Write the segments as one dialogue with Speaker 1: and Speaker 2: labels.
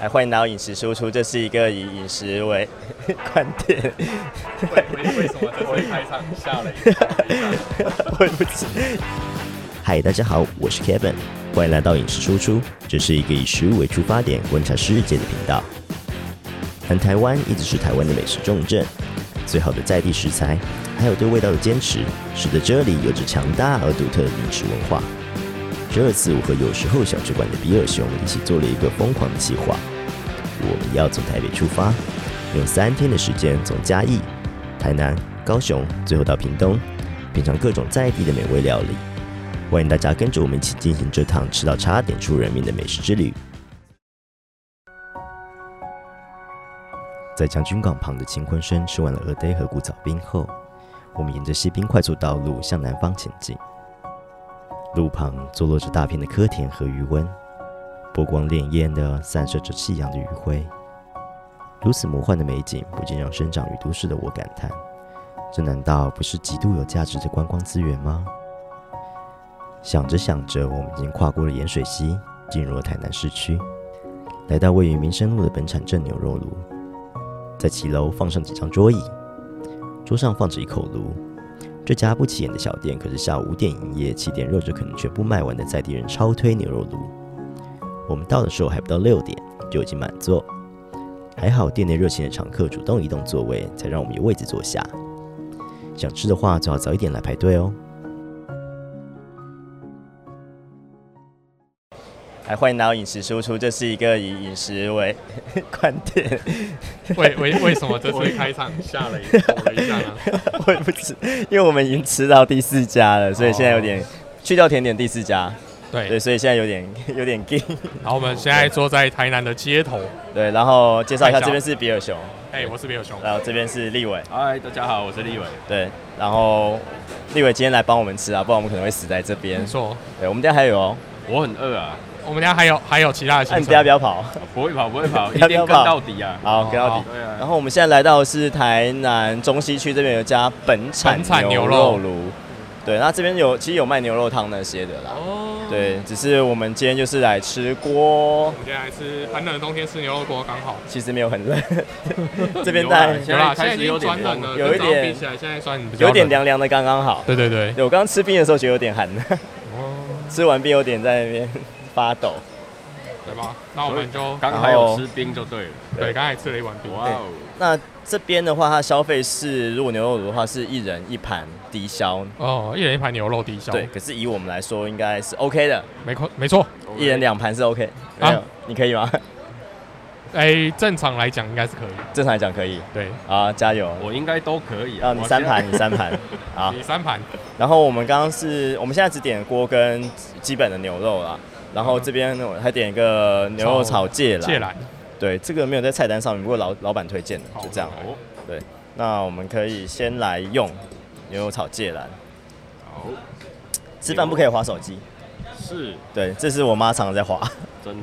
Speaker 1: 来欢迎来到饮食输出，这是一个以饮食为 观点。
Speaker 2: 为为为什么这次开场下了一个非常
Speaker 1: 我也不知。嗨，大家好，我是 Kevin，欢迎来到饮食输出，这是一个以食物为出发点观察世界的频道。南台湾一直是台湾的美食重镇，最好的在地食材，还有对味道的坚持，使得这里有着强大而独特的饮食文化。这次我和有时候小吃馆的比尔熊一起做了一个疯狂的计划，我们要从台北出发，用三天的时间从嘉义、台南、高雄，最后到屏东，品尝各种在地的美味料理。欢迎大家跟着我们一起进行这趟吃到差点出人命的美食之旅。在将军港旁的乾坤生吃完了鹅堆和古早冰后，我们沿着西滨快速道路向南方前进。路旁坐落着大片的柯田和余温，波光潋滟地散射着夕阳的余晖。如此魔幻的美景，不禁让生长于都市的我感叹：这难道不是极度有价值的观光资源吗？想着想着，我们已经跨过了盐水溪，进入了台南市区，来到位于民生路的本产镇牛肉炉，在骑楼放上几张桌椅，桌上放着一口炉。这家不起眼的小店可是下午五点营业，七点肉就可能全部卖完的在地人超推牛肉炉。我们到的时候还不到六点，就已经满座。还好店内热情的常客主动移动座位，才让我们有位置坐下。想吃的话，最好早一点来排队哦。来，欢迎来到饮食输出，这是一个以饮食为 观点，
Speaker 2: 为为为什么这次开场下了一个一下呢？
Speaker 1: 我也不知，因为我们已经吃到第四家了，所以现在有点、去掉甜点第四家，对，
Speaker 2: 哦对，
Speaker 1: 所以现在有点 有点 gay。
Speaker 2: 然后我们现在坐在台南的街头。
Speaker 1: 对，然后介绍一下，
Speaker 2: 太小
Speaker 1: 这边是比尔熊，
Speaker 2: 哎，我是没有熊。
Speaker 1: 然后这边是立伟，
Speaker 3: 嗨，大家好，我是立伟。
Speaker 1: 对，然后立伟今天来帮我们吃啊，不然我们可能会死在这边
Speaker 2: 没。错，
Speaker 1: 对，我们等一下还有哦，啊
Speaker 3: 我很饿啊，
Speaker 2: 我们家还有还有其他
Speaker 1: 哎
Speaker 2: 的哦
Speaker 1: 那、你
Speaker 2: 行
Speaker 1: 等一下
Speaker 2: 程
Speaker 1: 不。要跑，
Speaker 3: 不会跑，不会跑，
Speaker 1: 不
Speaker 3: 一
Speaker 1: 要
Speaker 3: 定跟
Speaker 1: 不要跑
Speaker 3: 到底啊！
Speaker 1: 好，跟到底
Speaker 2: 好。
Speaker 3: 对啊，
Speaker 1: 然后我们现在来到的是台南中西区这边有一家本产
Speaker 2: 本产
Speaker 1: 牛
Speaker 2: 牛
Speaker 1: 肉
Speaker 2: 肉
Speaker 1: 炉，对，那这边有其实有卖牛肉汤那些的啦，
Speaker 2: 哦，
Speaker 1: 对，只是我们今天就是来吃锅
Speaker 2: 我，们今天来吃寒冷的冬天吃牛肉锅刚好。
Speaker 1: 其实没有很热， 这边
Speaker 3: 有啦
Speaker 1: 在
Speaker 3: 现
Speaker 2: 有啦，现
Speaker 3: 开
Speaker 2: 在
Speaker 3: 始
Speaker 2: 已经
Speaker 3: 有
Speaker 2: 转
Speaker 3: 点
Speaker 2: 冷了，
Speaker 1: 有一
Speaker 2: 跟早上
Speaker 1: 点
Speaker 2: 比起来，现在算比较
Speaker 1: 有点
Speaker 2: 冷。
Speaker 1: 凉凉的刚刚好。
Speaker 2: 对对对。
Speaker 1: 对我刚刚吃冰的时候觉得有点寒，
Speaker 2: 哦，
Speaker 1: 吃完冰有点在那边发抖。
Speaker 2: 对吧？那我们就
Speaker 3: 刚还有吃冰就对了。
Speaker 2: 对，刚才吃了一碗冰。
Speaker 3: 哇哦，
Speaker 1: 那这边的话，它消费是如果牛肉炉的话是一人一盘低消，
Speaker 2: 哦，一人一盘牛肉低消。
Speaker 1: 对。，可是以我们来说应该是 OK 的，
Speaker 2: 没错没错。
Speaker 1: 一人两盘是 OK。没
Speaker 2: 啊
Speaker 1: 有，你可以吗？
Speaker 2: 哎，正常来讲应该是可以。
Speaker 1: 正常来讲可以
Speaker 2: 对，
Speaker 1: 啊，加油！
Speaker 3: 我应该都可以
Speaker 1: 啊，
Speaker 3: 啊。
Speaker 1: 你
Speaker 3: 我
Speaker 1: 三盘，
Speaker 3: 现
Speaker 1: 你
Speaker 3: 在，
Speaker 1: 三盘 啊。
Speaker 2: 你三盘。
Speaker 1: 然后我们刚刚是我们现在只点锅跟基本的牛肉啦，然后这边我还点一个牛肉炒芥
Speaker 2: 芥
Speaker 1: 兰，
Speaker 2: 兰。
Speaker 1: 对，这个没有在菜单上面，不过老老板推荐的，
Speaker 2: 好
Speaker 1: 就这样。
Speaker 2: 我
Speaker 1: 那我们可以先来用牛肉炒芥兰，
Speaker 3: 好，
Speaker 1: 吃饭不可以划手机。
Speaker 3: 是
Speaker 1: 对，这是我妈常常在划。
Speaker 3: 真的。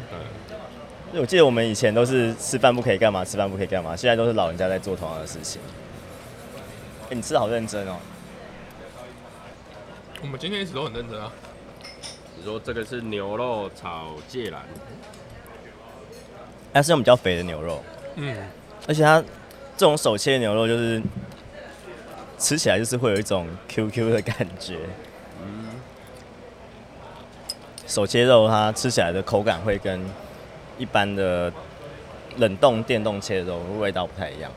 Speaker 1: 我记得我们以前都是吃饭不可以干嘛，吃饭不可以干嘛，现在都是老人家在做同样的事情。哎、你吃的好认真哦。
Speaker 2: 我们今天一直都很认真啊。
Speaker 3: 你说这个是牛肉炒芥兰，
Speaker 1: 它是用比较肥的牛肉，
Speaker 2: 嗯，
Speaker 1: 而且它这种手切的牛肉就是吃起来就是会有一种 QQ 的感觉。嗯手切肉它吃起来的口感会跟一般的冷冻、电动切的肉味道不太一样。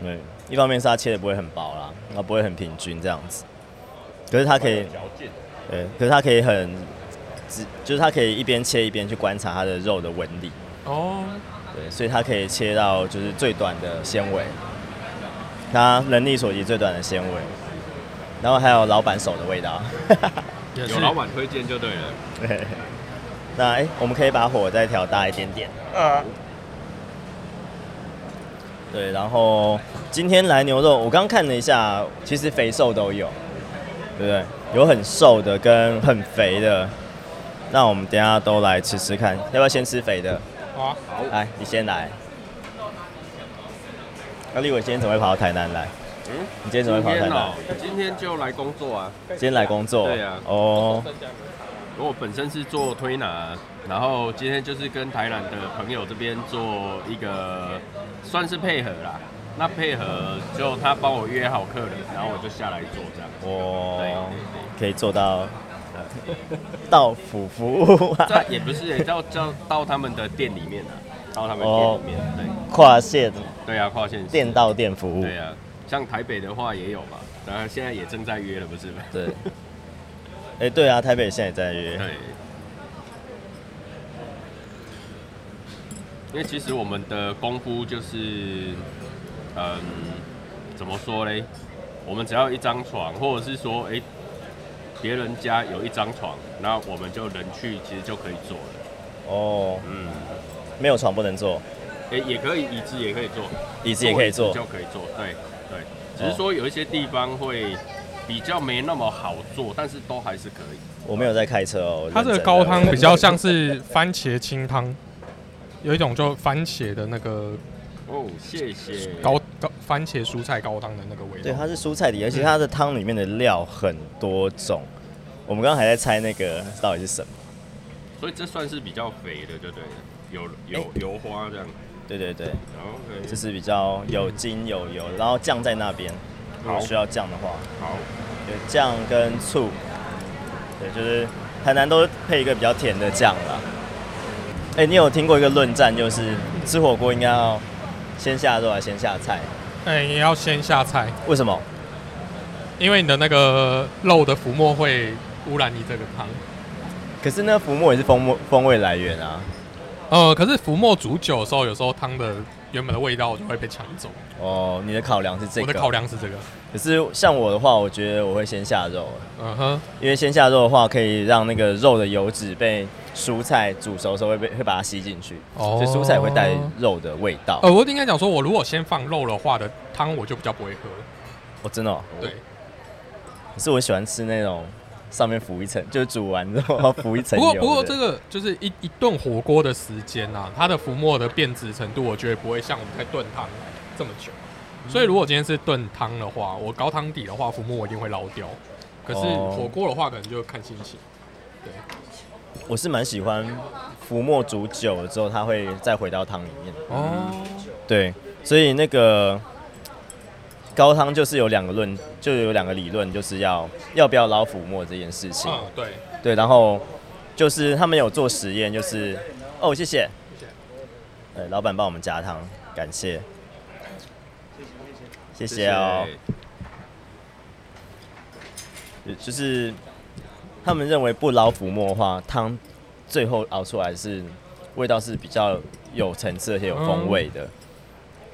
Speaker 1: 对，一方面是它切的不会很薄啦，那不会很平均这样子。可是它可以，
Speaker 3: 条件
Speaker 1: 对，可是它可以很，只就是它可以一边切一边去观察它的肉的纹理。
Speaker 2: 哦，
Speaker 1: 对，所以它可以切到就是最短的纤维，它能力所及最短的纤维，然后还有老板手的味道。
Speaker 2: 也
Speaker 3: 有老板推荐就对了。
Speaker 1: 对，那哎、诶我们可以把火再调大一点点。
Speaker 2: 呃，
Speaker 1: 对，然后今天来牛肉，我刚看了一下，其实肥瘦都有，对不对？有很瘦的跟很肥的，那我们等一下都来吃吃看，要不要先吃肥的？
Speaker 2: 好啊，
Speaker 3: 好，
Speaker 1: 来，你先来。那立伟今天怎么会跑到台南来？
Speaker 3: 嗯，
Speaker 1: 你今天
Speaker 3: 今
Speaker 1: 怎么会跑到台
Speaker 3: 天
Speaker 1: 南
Speaker 3: 嗯哦？，今天就来工作啊。
Speaker 1: 今天来工作，
Speaker 3: 对啊
Speaker 1: 哦，
Speaker 3: 因为我本身是做推拿，然后今天就是跟台南的朋友这边做一个算是配合啦。那配合就他帮我约好客人，然后我就下来做这样。
Speaker 1: 哦我
Speaker 3: 对对
Speaker 1: 可以做到呃到府服务、啊，
Speaker 3: 这也不是、欸、到到到他们的店里面啊，到他们店里面，
Speaker 1: 跨线
Speaker 3: 对对啊，跨县市
Speaker 1: 哦店到店服务。
Speaker 3: 对啊，像台北的话也有嘛，然后现在也正在约了，不是吗？
Speaker 1: 对，哎、对啊，台北现在也在约，
Speaker 3: 对。因为其实我们的功夫就是，嗯，怎么说嘞？我们只要一张床，或者是说，哎、别人家有一张床，那我们就人去，其实就可以做了。
Speaker 1: 哦，
Speaker 3: 嗯，
Speaker 1: 没有床不能坐，
Speaker 3: 哎、也可以，椅子也可以做，
Speaker 1: 椅子也可以坐
Speaker 3: 椅子。就可以做。对对，只是说有一些地方会比较没那么好做，但是都还是可以。
Speaker 1: 我没有在开车哦，我
Speaker 2: 它这个
Speaker 1: 认真的
Speaker 2: 高汤比较像是番茄清汤，有一种就番茄的那个
Speaker 3: 哦，谢谢。
Speaker 2: 高高番茄蔬菜高汤的那个 味
Speaker 1: 对，
Speaker 2: 道。
Speaker 1: 它是蔬菜底，而且它的汤里面的料很多种。我们刚刚还在猜那个到底是什么。
Speaker 3: 所以这算是比较肥的，就对了，有有油花这样。
Speaker 1: 对对对，
Speaker 3: OK，
Speaker 1: 哎这是比较有筋有油，然后酱在那边。如果
Speaker 3: 好
Speaker 1: 需要酱的话，
Speaker 3: 好，
Speaker 1: 有酱跟醋。对，就是台南都配一个比较甜的酱啦。哎、你有听过一个论战，就是吃火锅应该要先下肉还是先下菜？
Speaker 2: 哎，也要先下菜，
Speaker 1: 为什么？
Speaker 2: 因为你的那个肉的浮沫会污染你这个汤。
Speaker 1: 可是那浮沫也是风味风味来源啊。
Speaker 2: 呃，可是浮沫煮久的时候，有时候汤的原本的味道就会被抢走。
Speaker 1: 哦，你的考量是这个。
Speaker 2: 我的考量是这个。
Speaker 1: 可是像我的话，我觉得我会先下肉，
Speaker 2: 嗯哼，
Speaker 1: 因为先下肉的话，可以让那个肉的油脂被蔬菜煮熟的时候会被会把它吸进去，
Speaker 2: 哦
Speaker 1: 所以蔬菜也会带肉的味道。
Speaker 2: 呃，我应该讲说，我如果先放肉的话的汤，我就比较不会喝。
Speaker 1: 哦，真的、哦，
Speaker 2: 对，
Speaker 1: 可是我喜欢吃那种上面浮一层，就是煮完之后浮一层
Speaker 2: 不
Speaker 1: 油的。
Speaker 2: 过不过这个就是一一顿火锅的时间啊，它的浮沫的变质程度，我觉得不会像我们在炖汤这么久。所以如果今天是炖汤的话，我高汤底的话，浮沫我一定会捞掉。可是
Speaker 1: 哦
Speaker 2: 火锅的话，可能就看心情。
Speaker 1: 我是蛮喜欢浮沫煮久了之后，它会再回到汤里面。
Speaker 2: 哦，
Speaker 1: 对，所以那个高汤就是有两个论，就有两个理论，就是要要不要捞浮沫这件事情。
Speaker 2: 嗯，对，
Speaker 1: 对，然后就是他们有做实验，就是哦，谢谢，
Speaker 2: 谢谢
Speaker 1: 呃，老板帮我们加汤，感谢，谢谢哦。就就是他们认为不捞浮沫的话，汤最后熬出来是味道是比较有层次而且有风味的。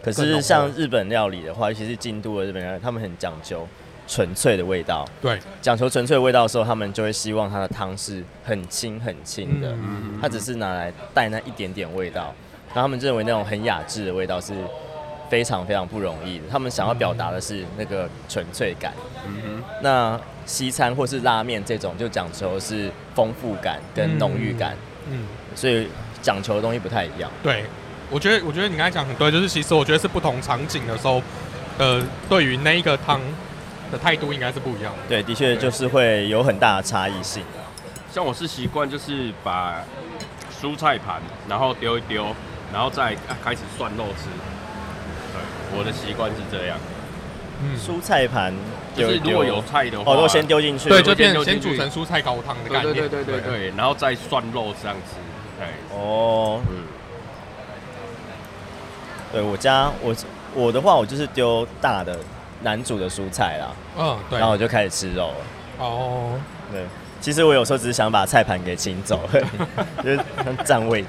Speaker 1: 可
Speaker 2: 嗯更浓
Speaker 1: 是
Speaker 2: 厚
Speaker 1: 像日本料理的话，尤其是京都的日本料理，他们很讲究纯粹的味道。
Speaker 2: 对，
Speaker 1: 讲求纯粹的味道的时候，他们就会希望它的汤是很清很清的，
Speaker 2: 嗯
Speaker 1: 它只是拿来带那一点点味道。然后他们认为那种很雅致的味道是非常非常不容易的，他们想要表达的是那个纯粹感。
Speaker 3: 嗯哼，
Speaker 1: 那西餐或是拉面这种就讲求是丰富感跟浓郁感，
Speaker 2: 嗯，
Speaker 1: 所以讲求的东西不太一样。
Speaker 2: 对，我觉得我觉得你刚才讲很对，就是其实我觉得是不同场景的时候，呃，对于那一个汤的态度应该是不一样的。
Speaker 1: 对，的确就是会有很大的差异性。
Speaker 3: 嗯像我是习惯就是把蔬菜盘，然后丢一丢，然后再、啊开始涮肉吃。对，我的习惯是这样，
Speaker 2: 嗯，
Speaker 1: 蔬菜盘
Speaker 3: 就
Speaker 1: 丢
Speaker 3: 是
Speaker 1: 一
Speaker 3: 如
Speaker 1: 丢，
Speaker 3: 果有菜的话，
Speaker 1: 哦，都先丢进去。
Speaker 2: 对，
Speaker 3: 就
Speaker 2: 就变成
Speaker 3: 丢进
Speaker 2: 先煮
Speaker 3: 去
Speaker 2: 成蔬菜高汤的
Speaker 3: 对
Speaker 2: 概
Speaker 3: 对
Speaker 2: 念。
Speaker 3: 对对对对，然后再涮肉这样吃。对，
Speaker 1: 哦，
Speaker 3: 嗯，
Speaker 1: 对我家我我的话，我就是丢大的难煮的蔬菜啦，
Speaker 2: 嗯，对
Speaker 1: 然。后我就开始吃肉了。
Speaker 2: 哦，
Speaker 1: 对，其实我有时候只是想把菜盘给清走， 就是占位置。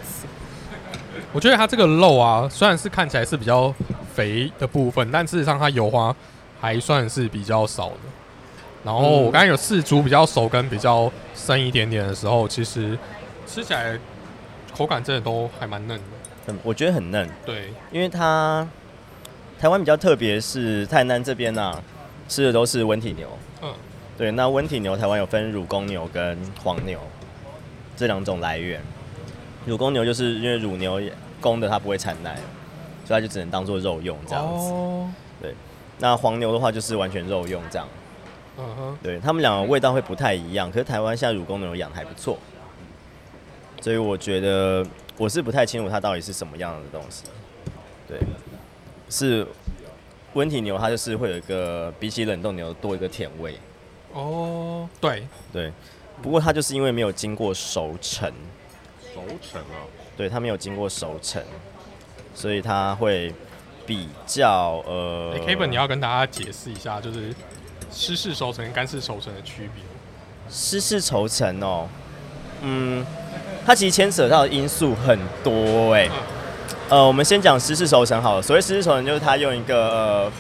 Speaker 2: 我觉得它这个肉啊，虽然是看起来是比较肥的部分，但事实上它油花还算是比较少的。然后我刚才有试煮比较熟跟比较深一点点的时候，其实吃起来口感真的都还蛮嫩的。
Speaker 1: 嗯我觉得很嫩，
Speaker 2: 对，
Speaker 1: 因为它台湾比较特别是台南这边呐、啊，吃的都是温体牛。
Speaker 2: 嗯，
Speaker 1: 对，那温体牛台湾有分乳公牛跟黄牛这两种来源。乳公牛就是因为乳牛也公的它不会产奶，所以它就只能当做肉用这样子。
Speaker 2: 哦，
Speaker 1: 那黄牛的话就是完全肉用这样。
Speaker 2: 嗯哼，
Speaker 1: 对，它们两个味道会不太一样，可是台湾现在乳公牛养得还不错，所以我觉得我是不太清楚它到底是什么样的东西。对，是温体牛，它就是会有一个比起冷冻牛多一个甜味。
Speaker 2: 哦，对，
Speaker 1: 对，不过它就是因为没有经过熟成，
Speaker 3: 熟成哦，
Speaker 1: 对，它没有经过熟成，所以它会比较呃。
Speaker 2: 欸 Kevin，你要跟大家解释一下，就是湿式熟成跟干式熟成的区别。
Speaker 1: 湿式熟成哦，嗯，它其实牵扯到的因素很多哎、呃，我们先讲湿式熟成好了。所谓湿式熟成，就是它用一个、呃、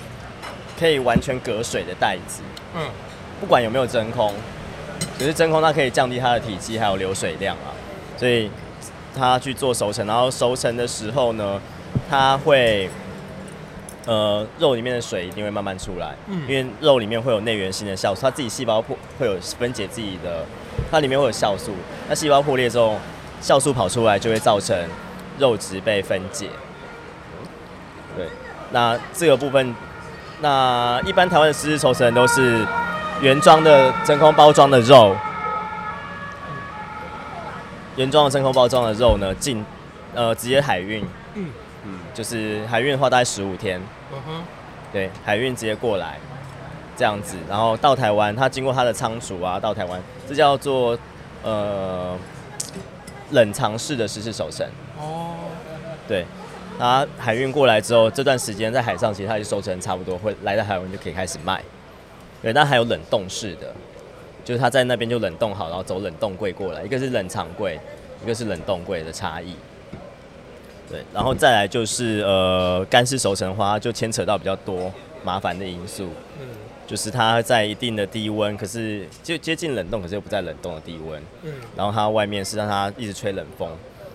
Speaker 1: 可以完全隔水的袋子，
Speaker 2: 嗯，
Speaker 1: 不管有没有真空，只是真空它可以降低它的体积还有流水量啊，所以它去做熟成，然后熟成的时候呢，它会呃肉里面的水一定会慢慢出来，
Speaker 2: 嗯
Speaker 1: 因为肉里面会有内源性的酵素，它自己细胞破会有分解自己的，它里面会有酵素，那细胞破裂之后，酵素跑出来就会造成肉质被分解，对，那这个部分。那一般台湾的湿式熟成都是原装的真空包装的肉，原装的真空包装的肉呢，进呃直接海运，
Speaker 3: 嗯，
Speaker 1: 就是海运的话大概十五天，
Speaker 2: 嗯哼，
Speaker 1: 对，海运直接过来这样子，然后到台湾，它经过它的仓储啊，到台湾，这叫做呃冷藏式的湿式熟成，
Speaker 2: 哦，
Speaker 1: 对。它海运过来之后，这段时间在海上，其实它就熟成差不多，会来到海湾就可以开始卖。对，那还有冷冻式的，就是它在那边就冷冻好，然后走冷冻柜过来，一个是冷藏柜，一个是冷冻柜的差异。对，然后再来就是呃，干式熟成花就牵扯到比较多麻烦的因素，
Speaker 2: 嗯
Speaker 1: 就是它在一定的低温，可是就接近冷冻，可是又不在冷冻的低温，
Speaker 2: 嗯，
Speaker 1: 然后它外面是让它一直吹冷风，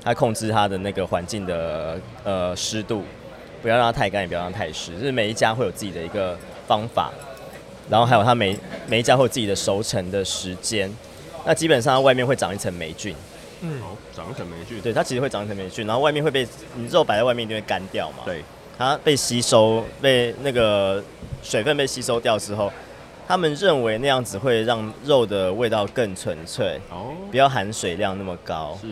Speaker 1: 它控制它的那个环境的呃湿度，不要让它太干，也不要让它太湿，就是每一家会有自己的一个方法，然后还有它每每一家会有自己的熟成的时间。那基本上它外面会长一层霉菌，
Speaker 2: 嗯
Speaker 3: 哦，长什霉菌？
Speaker 1: 对，它其实会长一层霉菌，然后外面会被你肉摆在外面一定会干掉嘛，，
Speaker 3: 对，
Speaker 1: 它被吸收，被那个水分被吸收掉之后，他们认为那样子会让肉的味道更纯粹，
Speaker 3: 哦
Speaker 1: 不，要含水量那么高。
Speaker 3: 是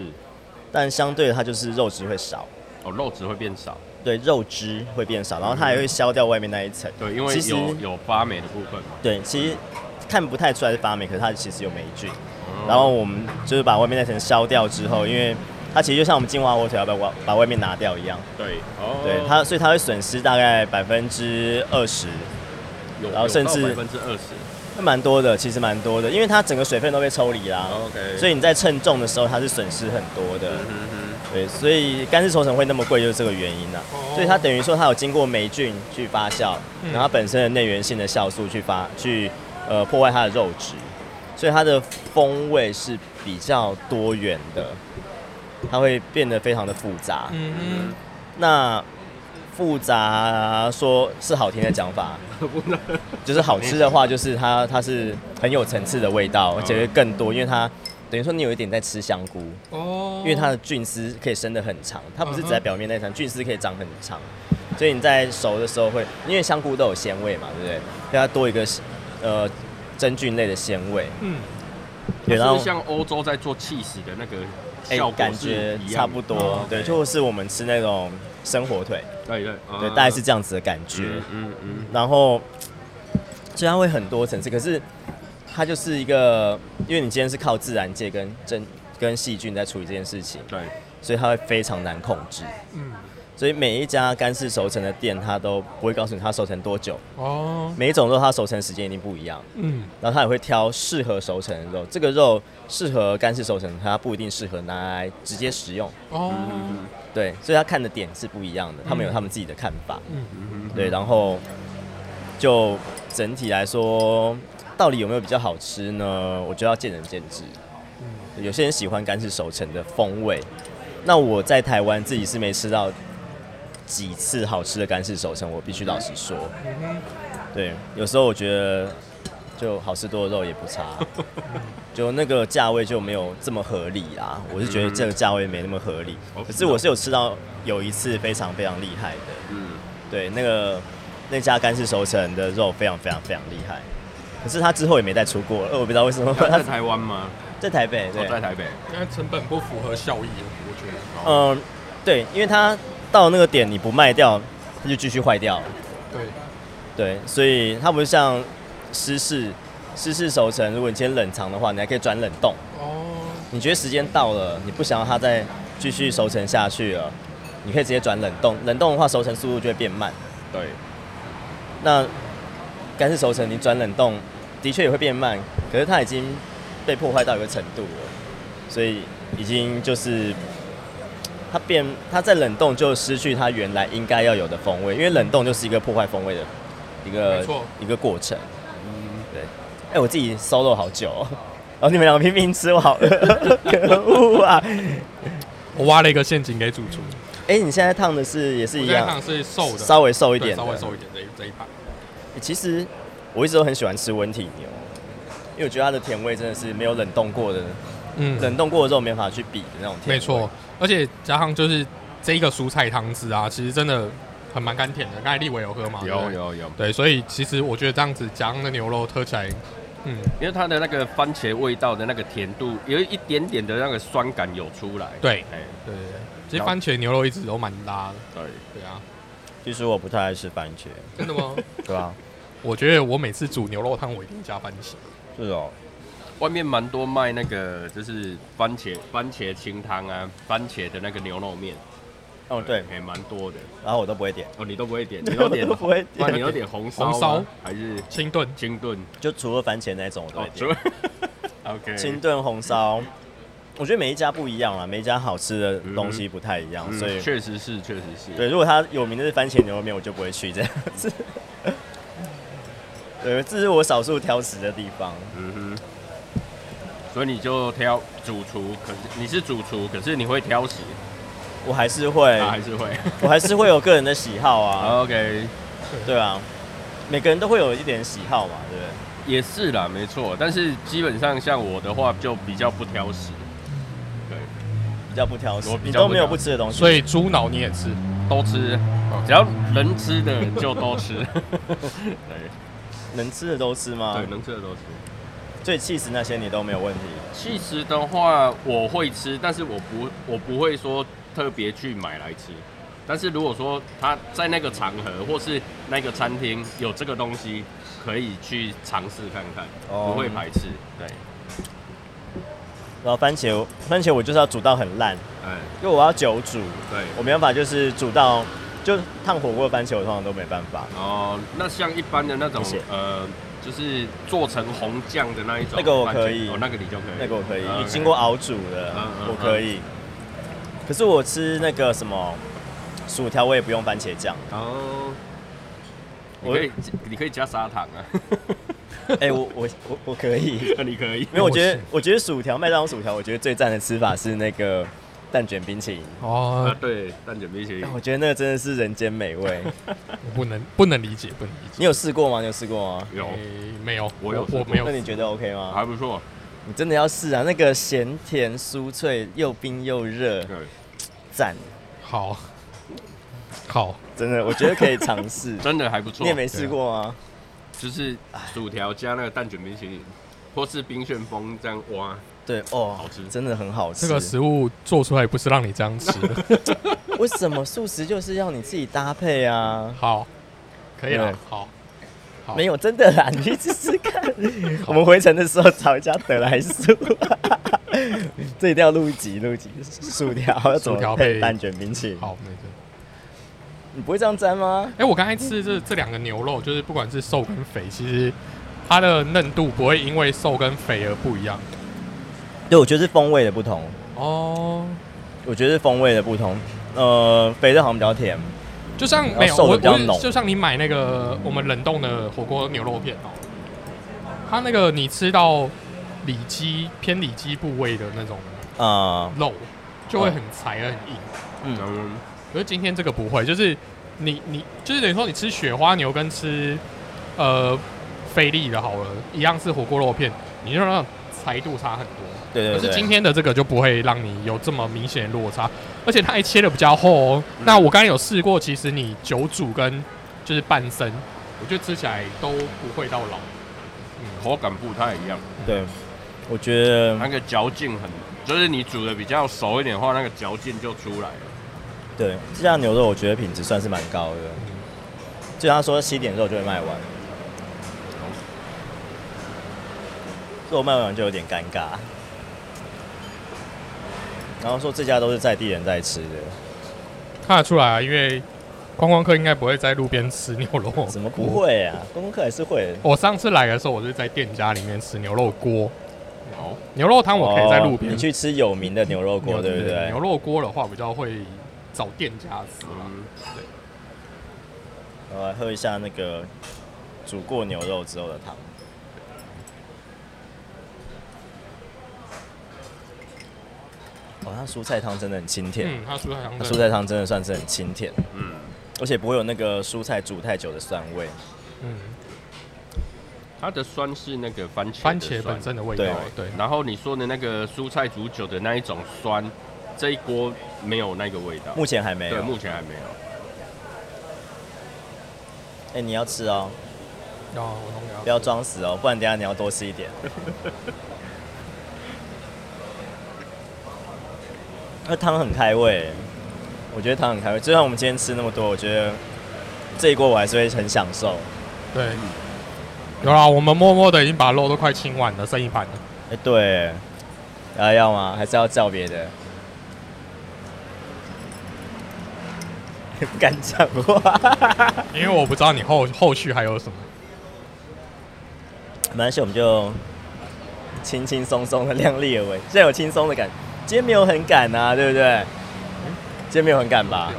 Speaker 1: 但相对的它就是肉质会少，
Speaker 3: 哦，肉质会变少，
Speaker 1: 对，肉汁会变少，然后它还会消掉外面那一层。
Speaker 3: 对，因为
Speaker 1: 其实
Speaker 3: 有有发霉的部分嘛，
Speaker 1: 对，其实看不太出来是发霉，可是它其实有霉菌。
Speaker 3: 哦
Speaker 1: 然后我们就是把外面那层消掉之后，因为它其实就像我们进化火腿要把外把外面拿掉一样，
Speaker 3: 对，哦，
Speaker 1: 对它，所以它会损失大概百分之二十，
Speaker 3: 有
Speaker 1: 然后甚至
Speaker 3: 百分之二十
Speaker 1: 那蛮多的，其实蛮多的，因为它整个水分都被抽离啦。
Speaker 3: ，OK，
Speaker 1: 所
Speaker 3: 以
Speaker 1: 以你在称重的时候，它是损失很多的，
Speaker 3: 嗯哼，
Speaker 1: 对，所以干式熟成会那么贵，就是这个原因呐、
Speaker 2: 哦嗯
Speaker 1: 所以它等于说它有经过霉菌去发酵，然后它本身的内源性的酵素去发去呃破坏它的肉质，所以它的风味是比较多元的，它会变得非常的复杂。
Speaker 2: 嗯
Speaker 1: 那复杂说是好听的讲 法，就是好吃的话，就是它它是很有层次的味
Speaker 2: 嗯
Speaker 1: 道，而且会更多，因为它等于说你有一点在吃香菇。
Speaker 2: 哼，哦，
Speaker 1: 因为它的菌丝可以生得很长，它不是只在
Speaker 2: 嗯哼
Speaker 1: 表面那一层，菌丝可以长很长，所以你在熟的时候会，因为香菇都有鲜味嘛，对不对？所以它多一个呃真菌类的鲜味，
Speaker 2: 嗯
Speaker 1: 对，然
Speaker 3: 它
Speaker 1: 后
Speaker 3: 是不是像欧洲在做气死的那个
Speaker 1: 哎、
Speaker 3: 效果
Speaker 1: 感
Speaker 3: 是
Speaker 1: 觉
Speaker 3: 一样的
Speaker 1: 差不多
Speaker 3: 哦，
Speaker 1: 对，就是我们吃那种生火腿，
Speaker 3: 对对
Speaker 1: 对，
Speaker 3: 对
Speaker 1: 大概是这样子的感觉。
Speaker 3: 嗯嗯嗯，
Speaker 1: 然后虽然会很多层次，可是它就是一个，因为你今天是靠自然界跟真跟细菌在处理这件事情，
Speaker 3: 对，
Speaker 1: 所以它会非常难控制。
Speaker 2: 嗯，
Speaker 1: 所以每一家干式熟成的店，它都不会告诉你它熟成多久，
Speaker 2: 哦，
Speaker 1: 每一种肉它熟成时间一定不一样，
Speaker 2: 嗯
Speaker 1: 然后它也会挑适合熟成的肉，这个肉适合干式熟成，它不一定适合拿来直接食用，嗯
Speaker 2: 哦，
Speaker 1: 对，所以它看的点是不一样的，他们有他们自己的看法，
Speaker 3: 嗯
Speaker 1: 对，然后就整体来说，到底有没有比较好吃呢？我觉得要见仁见智，有些人喜欢干式熟成的风味，那我在台湾自己是没吃到几次好吃的干式熟成，我必须老实说。
Speaker 2: 嗯哼，
Speaker 1: 对，有时候我觉得就好吃多的肉也不差，就那个价位就没有这么合理啦。我是觉得这个价位没那么合理，
Speaker 3: 嗯
Speaker 1: 可是我是有吃到有一次非常非常厉害的，
Speaker 3: 嗯，
Speaker 1: 对，那个那家干式熟成 的肉非常非常非常厉害，可是他之后也没再出过了，呃我不知道为什么
Speaker 3: 它
Speaker 1: 他
Speaker 3: 在台湾吗？
Speaker 1: 在台北，对
Speaker 3: 我，在台北，
Speaker 2: 因为成本不符合效益，我觉得。
Speaker 1: 嗯、对，因为它到那个点你不卖掉，它就继续坏掉，
Speaker 2: 对，
Speaker 1: 对，所以它不是像湿式湿式熟成，如果你今天冷藏的话，你还可以转冷冻。
Speaker 2: 哦，
Speaker 1: 你觉得时间到了，你不想要它再继续熟成下去了，你可以直接转冷冻。冷冻的话，熟成速度就会变慢。
Speaker 3: 对，
Speaker 1: 那干式熟成，你转冷冻的确也会变慢，可是它已经被破坏到一个程度了，所以已经就是它变它在冷冻就失去它原来应该要有的风味，因为冷冻就是一个破坏风味的一个
Speaker 2: 没错嗯
Speaker 1: 一个过程。对。哎、我自己 solo 好久、哦，然后你们两个拼拼吃，我好 饿，可恶啊！
Speaker 2: 我挖了一个陷阱给主厨，
Speaker 1: 哎、你现在烫的是也是
Speaker 2: 我
Speaker 1: 一
Speaker 2: 这一
Speaker 1: 样
Speaker 2: 趟，是瘦的，
Speaker 1: 稍微瘦一
Speaker 2: 对
Speaker 1: 点的，
Speaker 2: 稍微瘦一点这一这一盘。
Speaker 1: 欸其实我一直都很喜欢吃温体牛，因为我觉得它的甜味真的是没有冷冻过 的，
Speaker 2: 嗯，
Speaker 1: 冷冻过的肉没法去比的那种甜味。
Speaker 2: 没错，，而且加上就是这一个蔬菜汤汁啊，其实真的很蛮甘甜的。刚才立伟有喝吗？对不
Speaker 3: 有
Speaker 2: 对。
Speaker 3: 有有，
Speaker 2: 对，所以其实我觉得这样子加上那牛肉喝起来，嗯，
Speaker 3: 因为它的那个番茄味道的那个甜度，有一点点的那个酸感有出来。
Speaker 2: 对
Speaker 3: 哎，
Speaker 2: 对对对。其实番茄牛肉一直都蛮搭的，
Speaker 3: 对，
Speaker 2: 对啊。
Speaker 1: 其实我不太爱吃番茄，
Speaker 2: 真的吗？
Speaker 1: 对啊吧、
Speaker 2: 我觉得我每次煮牛肉汤，我一定加番茄。
Speaker 1: 是哦，
Speaker 3: 外面蛮多卖那个就是番茄番茄清汤啊，番茄的那个牛肉面，
Speaker 1: 哦对，
Speaker 3: 还蛮多的。
Speaker 1: 然后我都不会 点，
Speaker 3: 哦，你都不会点，你都点
Speaker 1: 我，不会
Speaker 3: 那
Speaker 1: 点，
Speaker 3: 你都点红烧吗
Speaker 2: 红烧
Speaker 3: 还是
Speaker 2: 清炖
Speaker 3: 清炖？
Speaker 1: 就除了番茄那一种我都会
Speaker 3: 哦，
Speaker 1: 点。
Speaker 3: 对 ，OK，
Speaker 1: 清炖红烧，我觉得每一家不一样啦，每一家好吃的东西不太一样，
Speaker 3: 嗯
Speaker 1: 所以
Speaker 3: 确实是，确实是。
Speaker 1: 对，如果它有名的是番茄牛肉面，我就不会去这样子。 对，这是我少数挑食的地方。
Speaker 3: 嗯哼，所以你就挑主厨，可是你是主厨，可是你会挑食，啊
Speaker 1: 我还是会，
Speaker 3: 他还是会。
Speaker 1: 我还是会有个人的喜好啊，
Speaker 3: OK，
Speaker 1: 对啊，每个人都会有一点喜好嘛，对不对？
Speaker 3: 也是啦，没错。但是基本上像我的话，就比较不挑食，
Speaker 1: 比较不挑食
Speaker 3: 我，
Speaker 1: 你
Speaker 3: 比较
Speaker 1: 都
Speaker 3: 不挑食
Speaker 1: 没有不吃的东西，
Speaker 2: 所以猪脑你也吃，
Speaker 3: 都吃，只要能吃的就都 吃。对
Speaker 1: 能吃的都吃吗
Speaker 3: 对，？能吃的都吃。
Speaker 1: 所以气死那些你都没有问题。
Speaker 3: 其实的话，我会吃，但是我不我不会说特别去买来吃。但是如果说他在那个场合或是那个餐厅有这个东西，可以去尝试看看，
Speaker 1: 哦
Speaker 3: 不会排斥。对，
Speaker 1: 然后番茄，番茄我就是要煮到很烂，
Speaker 3: 哎，
Speaker 1: 因为我要久煮，
Speaker 3: 对。
Speaker 1: 我没办法就是煮到就烫火锅的番茄，我通常都没办法。
Speaker 3: 哦，那像一般的那种
Speaker 1: 谢谢
Speaker 3: 呃，就是做成红酱的那一种番
Speaker 1: 那
Speaker 3: 茄，
Speaker 1: 个我可以
Speaker 3: 哦，那个你就可以，
Speaker 1: 那个我可以，
Speaker 3: 嗯
Speaker 1: 你经过熬煮的
Speaker 3: 嗯嗯，
Speaker 1: 我可以。可是我吃那个什么薯条，我也不用番茄酱。
Speaker 3: 哦，你
Speaker 1: 我
Speaker 3: 可以你可以加砂糖啊，
Speaker 1: 哎，我我我我可以，
Speaker 3: 你可以，
Speaker 1: 因为我觉得
Speaker 2: 我是，
Speaker 1: 我觉得薯条，麦当劳薯条，我觉得最赞的吃法是那个蛋卷冰淇淋。
Speaker 2: 哦
Speaker 3: 啊，， 对，蛋卷冰淇淋
Speaker 1: 哎，我觉得那个真的是人间美 味。
Speaker 2: 我不能不能理解，不能理解。
Speaker 1: 你有试过吗？你有试过吗？
Speaker 3: 有
Speaker 2: 诶，没有？
Speaker 3: 我有吃
Speaker 2: 我
Speaker 3: 过
Speaker 2: 没有
Speaker 1: 那。你觉得 OK 吗？
Speaker 3: 还不错，
Speaker 1: 你真的要试啊！那个咸甜酥脆，又冰又热，
Speaker 3: 对，
Speaker 1: 赞！
Speaker 2: 好，好，
Speaker 1: 真的，我觉得可以尝试。
Speaker 3: 真的哦还不错。
Speaker 1: 你也没试过吗？
Speaker 3: 就是薯条加那个蛋卷冰淇淋，或是冰旋风这样挖，
Speaker 1: 对哦，
Speaker 3: 好吃
Speaker 1: 真的很好吃。
Speaker 2: 这个食物做出来不是让你这 样吃的。
Speaker 1: 为什么素食就是要你自己搭配啊？
Speaker 2: 好，可以了
Speaker 1: 对。
Speaker 2: 好，好
Speaker 1: 没有真的啦，你去试试 看。我们回程的时候找一家德莱 素，这一定要录一集录一集薯条要怎
Speaker 2: 薯条
Speaker 1: 么
Speaker 2: 配
Speaker 1: 配蛋卷冰淇淋？
Speaker 2: 好，没事。
Speaker 1: 你不会这样沾吗？
Speaker 2: 哎，我刚才吃这这两个牛肉，就是不管是瘦跟肥，其实它的嫩度不会因为瘦跟肥而不一样。
Speaker 1: 对，我觉得是风味的不同，
Speaker 2: 哦，
Speaker 1: 我觉得是风味的不同。呃，肥的好像比较甜，
Speaker 2: 就像
Speaker 1: 然后
Speaker 2: 没有
Speaker 1: 瘦得
Speaker 2: 我
Speaker 1: 比较
Speaker 2: 我是
Speaker 1: 浓
Speaker 2: 就像你买那个我们冷冻的火锅牛肉片哦，它那个你吃到里脊偏里脊部位的那种
Speaker 1: 啊、
Speaker 2: 肉，就会很柴很硬。
Speaker 1: 嗯，
Speaker 3: 嗯，
Speaker 2: 可是今天这个不会，就是你你就是等于说你吃雪花牛跟吃呃菲力的好了，一样是火锅肉片，你就让柴度差很多。
Speaker 1: 对对
Speaker 2: 可
Speaker 1: 对。
Speaker 2: 是今天的这个就不会让你有这么明显的落差，而且它还切的比较厚哦。
Speaker 1: 嗯
Speaker 2: 那我刚才有试过，其实你久煮跟就是半生，我觉得吃起来都不会到老。
Speaker 3: 口感不太一样，
Speaker 1: 对，我觉得
Speaker 3: 那个嚼劲很，就是你煮的比较熟一点的话，那个嚼劲就出来了。
Speaker 1: 对，这家牛肉我觉得品质算是蛮高的，就他说七点之后就会卖完，肉卖完就有点尴尬。然后说这家都是在地人在吃的，
Speaker 2: 看得出来啊，因为观光客应该不会在路边吃牛肉。
Speaker 1: 怎么不会啊？观光客还是会
Speaker 2: 我上次来的时候，我就在店家里面吃牛肉锅、
Speaker 3: 哦，
Speaker 2: 牛肉汤，我可以在路边、
Speaker 1: 哦你去吃有名的牛肉锅，对不对
Speaker 2: 牛？肉锅的话，比较会找店家吃嘛。
Speaker 3: 嗯，
Speaker 1: 我来喝一下那个煮过牛肉之后的汤。哦，它蔬菜汤真的很清甜。
Speaker 2: 嗯，它蔬菜汤
Speaker 1: 它
Speaker 2: 真
Speaker 1: 蔬
Speaker 2: 的，
Speaker 1: 菜汤真的算是很清甜，
Speaker 3: 嗯，
Speaker 1: 而且不会有那个蔬菜煮太久的酸味。
Speaker 2: 嗯，
Speaker 3: 它的酸是那个番茄，
Speaker 2: 番茄本。身的味道，啊对，
Speaker 3: 然后你说的那个蔬菜煮酒的那一种酸，这一锅没有那个味道。
Speaker 1: 目前还没有
Speaker 3: 对，。目前还没有。
Speaker 1: 哎、你要吃哦，
Speaker 2: 要我同
Speaker 1: 不要装死哦，不然等一下你要多吃一点。那汤很开胃，我觉得汤很开胃。就算我们今天吃那么多，我觉得这一锅我还是会很享受。
Speaker 2: 对，有啦，我们默默的已经把肉都快清完了，剩一盘了。
Speaker 1: 哎、对，要要吗？还是要叫别的？ 不敢讲话。
Speaker 2: 因为我不知道你后后续还有什么。
Speaker 1: 没关系，我们就轻轻松松的量力而为，现在有轻松的感，今天没有很赶啊，对不对？今天没有很赶吧？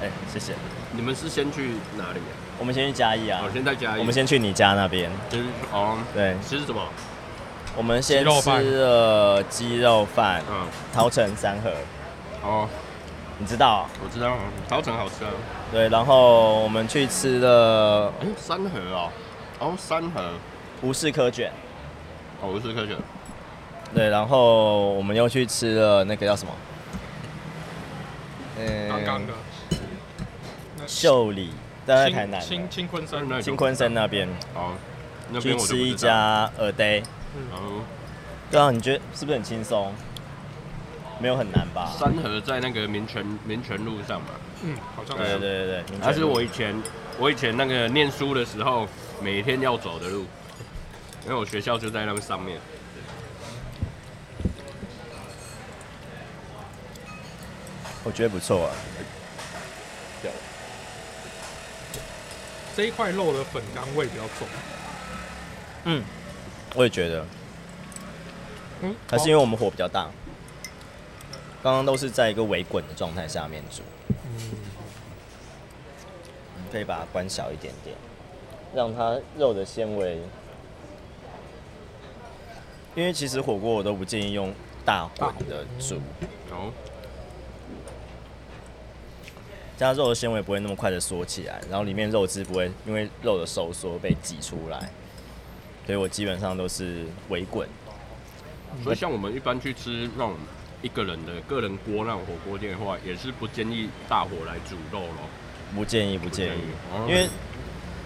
Speaker 1: 哎、谢谢。
Speaker 3: 你们是先去哪里、
Speaker 1: 我们先去嘉义啊
Speaker 3: 啊？，我先在家。
Speaker 1: 我们先去你家那边。
Speaker 3: 就是哦，
Speaker 1: 对，
Speaker 3: 吃什么？
Speaker 1: 我们先
Speaker 2: 鸡肉饭
Speaker 1: 吃了鸡肉饭，
Speaker 3: 嗯，
Speaker 1: 桃城三合，
Speaker 3: 哦，
Speaker 1: 你知道？
Speaker 3: 我知道，桃城好吃啊。
Speaker 1: 对，然后我们去吃了
Speaker 3: 哎、三河哦，哦，三河，
Speaker 1: 吴氏科卷，
Speaker 3: 哦，我是科学。
Speaker 1: 对，然后我们又去吃了那个叫什么？嗯
Speaker 2: 刚刚的
Speaker 1: 秀里，但在台南的，
Speaker 2: 新新昆山
Speaker 3: 三河那里
Speaker 1: 新昆山那边。
Speaker 3: 哦，那
Speaker 1: 去
Speaker 3: 边我就
Speaker 1: 吃
Speaker 3: 不
Speaker 1: 一
Speaker 3: 知道。
Speaker 1: 家耳 day，
Speaker 3: 哦，
Speaker 1: 对啊，你觉得是不是很轻松？没有很难吧？
Speaker 3: 三河在那个民权民权路上嘛。
Speaker 2: 嗯，好像
Speaker 1: 对对
Speaker 2: 是。
Speaker 1: 对对对，
Speaker 3: 啊它是我以前我以前那个念书的时候每天要走的路，因为我学校就在那个上面。
Speaker 1: 我觉得不错啊。
Speaker 2: 这一块肉的粉干味比较重，
Speaker 1: 嗯，我也觉得，
Speaker 2: 嗯，
Speaker 1: 还是因为我们火比较大，刚刚都是在一个微滚的状态下面煮，可以把它关小一点点，让它肉的纤维。因为其实火锅我都不建议用大火的煮，
Speaker 3: 哦，
Speaker 1: 加肉的纤维不会那么快的缩起来，然后里面肉汁不会因为肉的收缩被挤出来，所以我基本上都是微滚。嗯
Speaker 3: 所以像我们一般去吃那种一个人的个人锅那种火锅店的话，也是不建议大火来煮肉咯。
Speaker 1: 不建议，不
Speaker 3: 不
Speaker 1: 建议，
Speaker 3: 哦
Speaker 1: 因为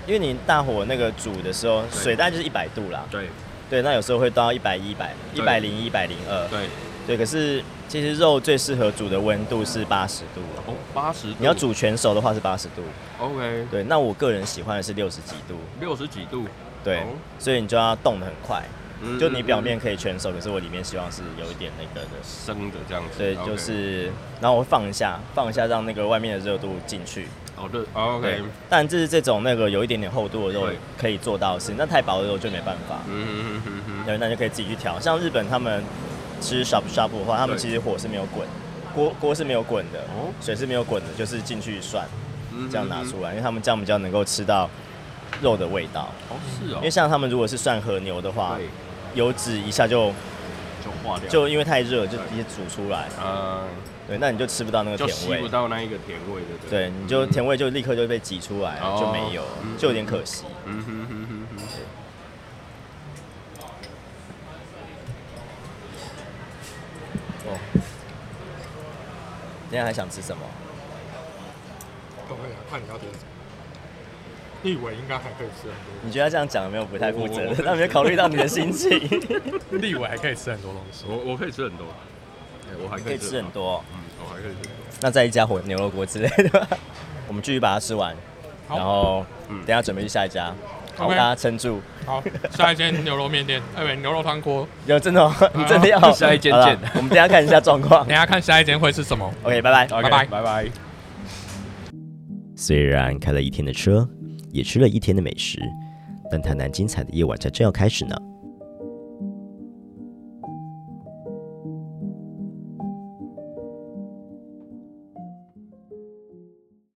Speaker 1: 因为你大火那个煮的时候，
Speaker 3: 对
Speaker 1: 水大概就是一百度啦，
Speaker 3: 对
Speaker 1: 对，那有时候会到一百一、百一
Speaker 3: 对
Speaker 1: 百零一、百零二，
Speaker 3: 对
Speaker 1: 对。可是其实肉最适合煮的温度是八十度哦，
Speaker 3: 哦，八十
Speaker 1: 你要煮全熟的话是八十度，
Speaker 3: OK
Speaker 1: 对。那我个人喜欢的是六十几度，
Speaker 3: 六十几度，
Speaker 1: 对
Speaker 3: 哦，
Speaker 1: 所以你就要动得很快，
Speaker 3: 嗯
Speaker 1: 就你表
Speaker 3: 嗯
Speaker 1: 面可以全熟，可是我里面希望是有一点那个的。
Speaker 3: 生的这样子，
Speaker 1: 对，
Speaker 3: OK
Speaker 1: 就是，然后我会放一下，放一下，让那个外面的热度进去。
Speaker 3: 哦对哦
Speaker 1: 对
Speaker 3: OK，
Speaker 1: 但就是这种那个有一点点厚度的肉
Speaker 3: 对
Speaker 1: 可以做到的事，那太薄的肉就没办法。
Speaker 3: 嗯嗯嗯嗯
Speaker 1: 对，那就可以自己去调。像日本他们吃 shabu shabu 的话，他们
Speaker 3: 对
Speaker 1: 其实火是没有滚，锅锅是没有滚的
Speaker 3: 哦，
Speaker 1: 水是没有滚的，就是进去涮，
Speaker 3: 嗯
Speaker 1: 这样拿
Speaker 3: 来，
Speaker 1: 出来，因为他们这样比较能够吃到肉的味道。
Speaker 3: 哦是哦，
Speaker 1: 因为像他们如果是涮和牛的话，
Speaker 3: 对
Speaker 1: 油脂一下就
Speaker 3: 就化掉，
Speaker 1: 就因为太热就
Speaker 3: 对
Speaker 1: 直接煮出来，
Speaker 3: 呃
Speaker 1: 对，那你就吃不到那个
Speaker 3: 就
Speaker 1: 甜
Speaker 3: 吸
Speaker 1: 味
Speaker 3: 不。到那一个甜味的，不
Speaker 1: 对，你就甜味就立刻就被挤出来，
Speaker 3: 哦
Speaker 1: 就没有了，
Speaker 3: 嗯
Speaker 1: 就有点可惜。
Speaker 3: 嗯哼哼哼哼，
Speaker 1: 哦，今天还想吃什么？
Speaker 2: 都会啊，看你要点什么。立委应该还可以吃很
Speaker 1: 你觉得他这样讲有没有不太负责
Speaker 3: 我
Speaker 1: 任
Speaker 3: 我？我
Speaker 1: 他没有考虑到你的心 情，
Speaker 2: 多，立委还可以吃很多东西。
Speaker 3: 我我可以吃很多，哎我还
Speaker 1: 可以吃很，多哦、
Speaker 3: 嗯，我还可以吃很多。
Speaker 1: 那再一家火牛肉锅之类的吧。 我们继续把它吃完，
Speaker 2: 好
Speaker 1: 然后
Speaker 3: 嗯
Speaker 1: 等一下准备去下一家，好，大
Speaker 2: OK
Speaker 1: 家撑住。
Speaker 2: 好，下一间牛肉面店，哎，不牛肉汤锅，
Speaker 1: 有真的、哦，你 真的要
Speaker 3: 下一间
Speaker 1: 好啦
Speaker 3: 见
Speaker 1: 我们等一下看一下状况
Speaker 2: 等。一下看下一间会是什么。
Speaker 1: OK，拜拜。
Speaker 2: 拜拜
Speaker 3: 拜拜。
Speaker 4: 虽然开了一天的车，也吃了一天的美食，但台南精彩的夜晚才正要开始呢。